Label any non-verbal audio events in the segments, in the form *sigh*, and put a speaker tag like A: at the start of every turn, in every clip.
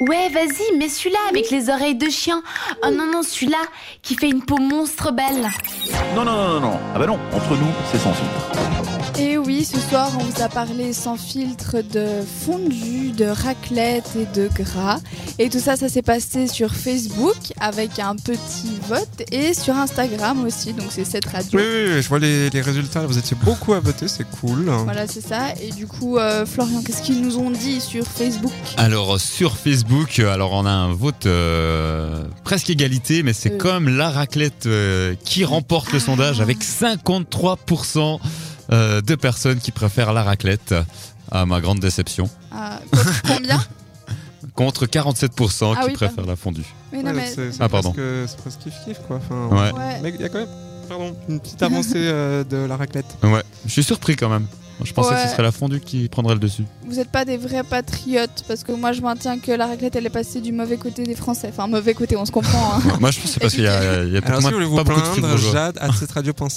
A: Ouais, vas-y, mets celui-là avec les oreilles de chien. Oh non, non, celui-là qui fait une peau monstre belle.
B: Non, non, non, non, non. Ah bah non, entre nous, c'est sans filtre.
C: Et oui, ce soir, on vous a parlé sans filtre de fondue, de raclette et de gras. Et tout ça, ça s'est passé sur Facebook avec un petit vote et sur Instagram aussi. Donc, c'est cette radio.
D: Oui, oui, oui, je vois les, les résultats. Vous étiez beaucoup à voter, c'est cool.
C: Voilà, c'est ça. Et du coup, euh, Florian, qu'est-ce qu'ils nous ont dit sur Facebook
E: Alors sur Facebook, euh, alors on a un vote euh, presque égalité, mais c'est
C: Euh.
E: comme la raclette euh, qui remporte le sondage avec 53% euh, de personnes qui préfèrent la raclette, à ma grande déception,
C: Ah, co-
D: *laughs*
C: Combien
E: contre 47%
C: Ah
E: qui
C: oui,
E: préfèrent la fondue.
C: Mais
D: Ouais,
C: non,
D: donc
C: mais.
D: c'est c'est
E: Ah, pardon.
D: presque- C'est presque kiff-kiff, quoi. Enfin,
E: Ouais.
C: Ouais.
D: Mais il y a quand même pardon, une
C: *laughs*
D: petite avancée euh, de la raclette.
E: ouais, je suis surpris quand même. Je pensais que
C: Ouais.
E: ce serait la fondue qui prendrait le dessus.
C: Vous n'êtes pas des vrais patriotes parce que moi je maintiens que la raclette elle est passée du mauvais côté des Français. Enfin, mauvais côté, on se comprend. hein.
E: Ouais, Moi je pensais parce qu'il y a, il y a peut-être
D: Alors, si
E: moins-
D: vous voulez vous
E: pas beaucoup de
D: plaindre,
E: films
D: jade à cette
E: *laughs*
D: radio.ch,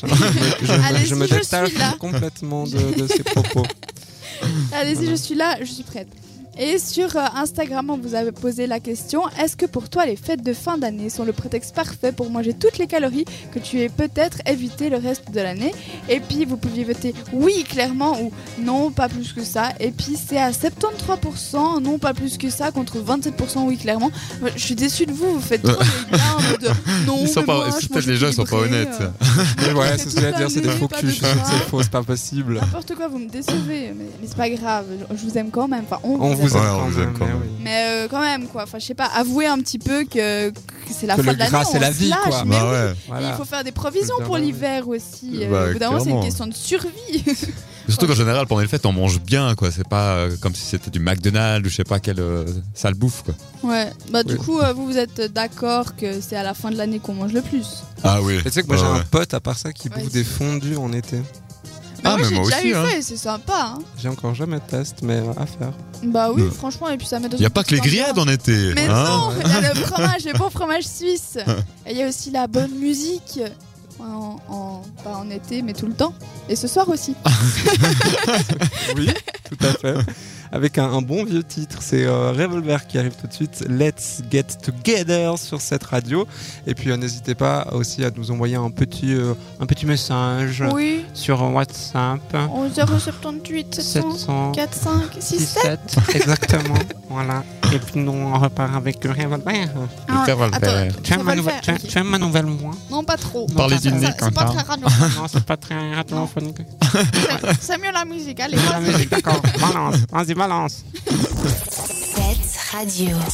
D: je, me-
C: Allez-y,
D: je me
C: je
D: détache
C: suis là.
D: complètement de, de
C: *laughs*
D: ces propos.
C: Allez-y, je suis là, je suis prête. Et sur euh, Instagram, on vous avait posé la question est-ce que pour toi les fêtes de fin d'année sont le prétexte parfait pour manger toutes les calories que tu es peut-être évité le reste de l'année Et puis vous pouviez voter oui, clairement, ou non, pas plus que ça. Et puis c'est à 73%, non, pas plus que ça, contre 27%, oui, clairement. Moi, Je suis déçue de vous, vous faites
E: *laughs*
C: trop les gars en mode non,
E: Ils sont
C: mais
E: pas-
C: moi,
E: c'est
C: je mange
E: peut-être les gens, ils sont pas
C: équilibré,
E: honnêtes.
C: euh,
D: Mais voilà, c'est ce que j'allais
C: Tout
D: dire,
C: ça,
D: c'est des
C: n'oublie
D: faux
C: pas
D: culs.
C: de
D: Je suis sûr que
C: ça.
D: c'est faux, c'est pas possible.
C: N'importe quoi, vous me décevez, mais, mais c'est pas grave, je, je vous aime quand même. Enfin, on,
D: On vous
E: Ouais,
D: aime
E: on
D: quand
E: vous aime
D: même.
E: quand
D: mais
E: même.
D: oui.
C: Mais euh, quand même, quoi. Enfin, je sais pas, avouez un petit peu que, que c'est la
D: Que
C: fin
D: le
C: de l'année.
D: gras, c'est
C: on
D: la
C: se
D: vie,
C: lâche,
D: quoi.
C: Ah, mais
E: Bah
C: oui.
E: ouais.
C: Et
D: Voilà.
C: il faut faire des provisions
D: Évidemment,
C: pour
D: oui.
C: l'hiver aussi. Euh,
E: Bah,
C: au bout d'un moment, c'est une
E: clairement.
C: question de survie. *laughs*
E: Surtout qu'en général, pendant les fêtes, on mange bien, quoi. C'est pas euh, comme si c'était du McDonald's ou je sais pas quelle euh, sale bouffe, quoi.
C: ouais, bah du
D: Oui.
C: coup, euh, vous, vous êtes d'accord que c'est à la fin de l'année qu'on mange le plus.
E: Ah oui.
D: Mais tu sais que moi j'ai
E: Ouais,
D: un
E: ouais.
D: pote à part ça qui
C: Ouais,
D: bouffe
C: c'est-
D: des fondus en été.
C: Bah,
E: Ah,
C: moi,
E: mais
C: j'ai
E: moi
C: déjà
E: aussi,
C: eu
E: hein.
C: ça et c'est sympa. hein.
D: J'ai encore jamais de test, mais à faire.
C: Bah oui,
E: Ouais.
C: franchement, et puis ça met
E: Il n'y a pas que les grillades en été.
C: Mais
E: hein.
C: non, il y a le fromage, le bon fromage suisse.
E: *laughs*
C: Et il y a aussi la bonne musique. En, en- pas en été, mais tout le temps. Et ce soir aussi.
E: Ah
D: Oui, tout à fait. Avec un, un bon vieux titre, c'est euh, Revolver qui arrive tout de suite. Let's get together sur cette radio. Et puis euh, n'hésitez pas aussi à nous envoyer un petit, euh, un petit message
C: Oui,
D: sur WhatsApp
C: 078 700
D: 717
C: 4, 5, 6, 7.
D: exactement. voilà. Et puis nous on repart avec le Revolver.
C: Ah,
E: Faire le
C: attends,
E: faire.
C: ça va le faire. Ok.
D: aimes ma nouvelle moi
C: Non, pas trop.
E: Parler
C: Ça-
E: du nez,
C: ça- C'est pas
E: Quentin.
C: très radio.
D: Non, c'est pas très radiophonique.
C: C'est- C'est mieux la musique. Allez,
D: d'accord. Balance, vas-y balance.
A: Cette radio.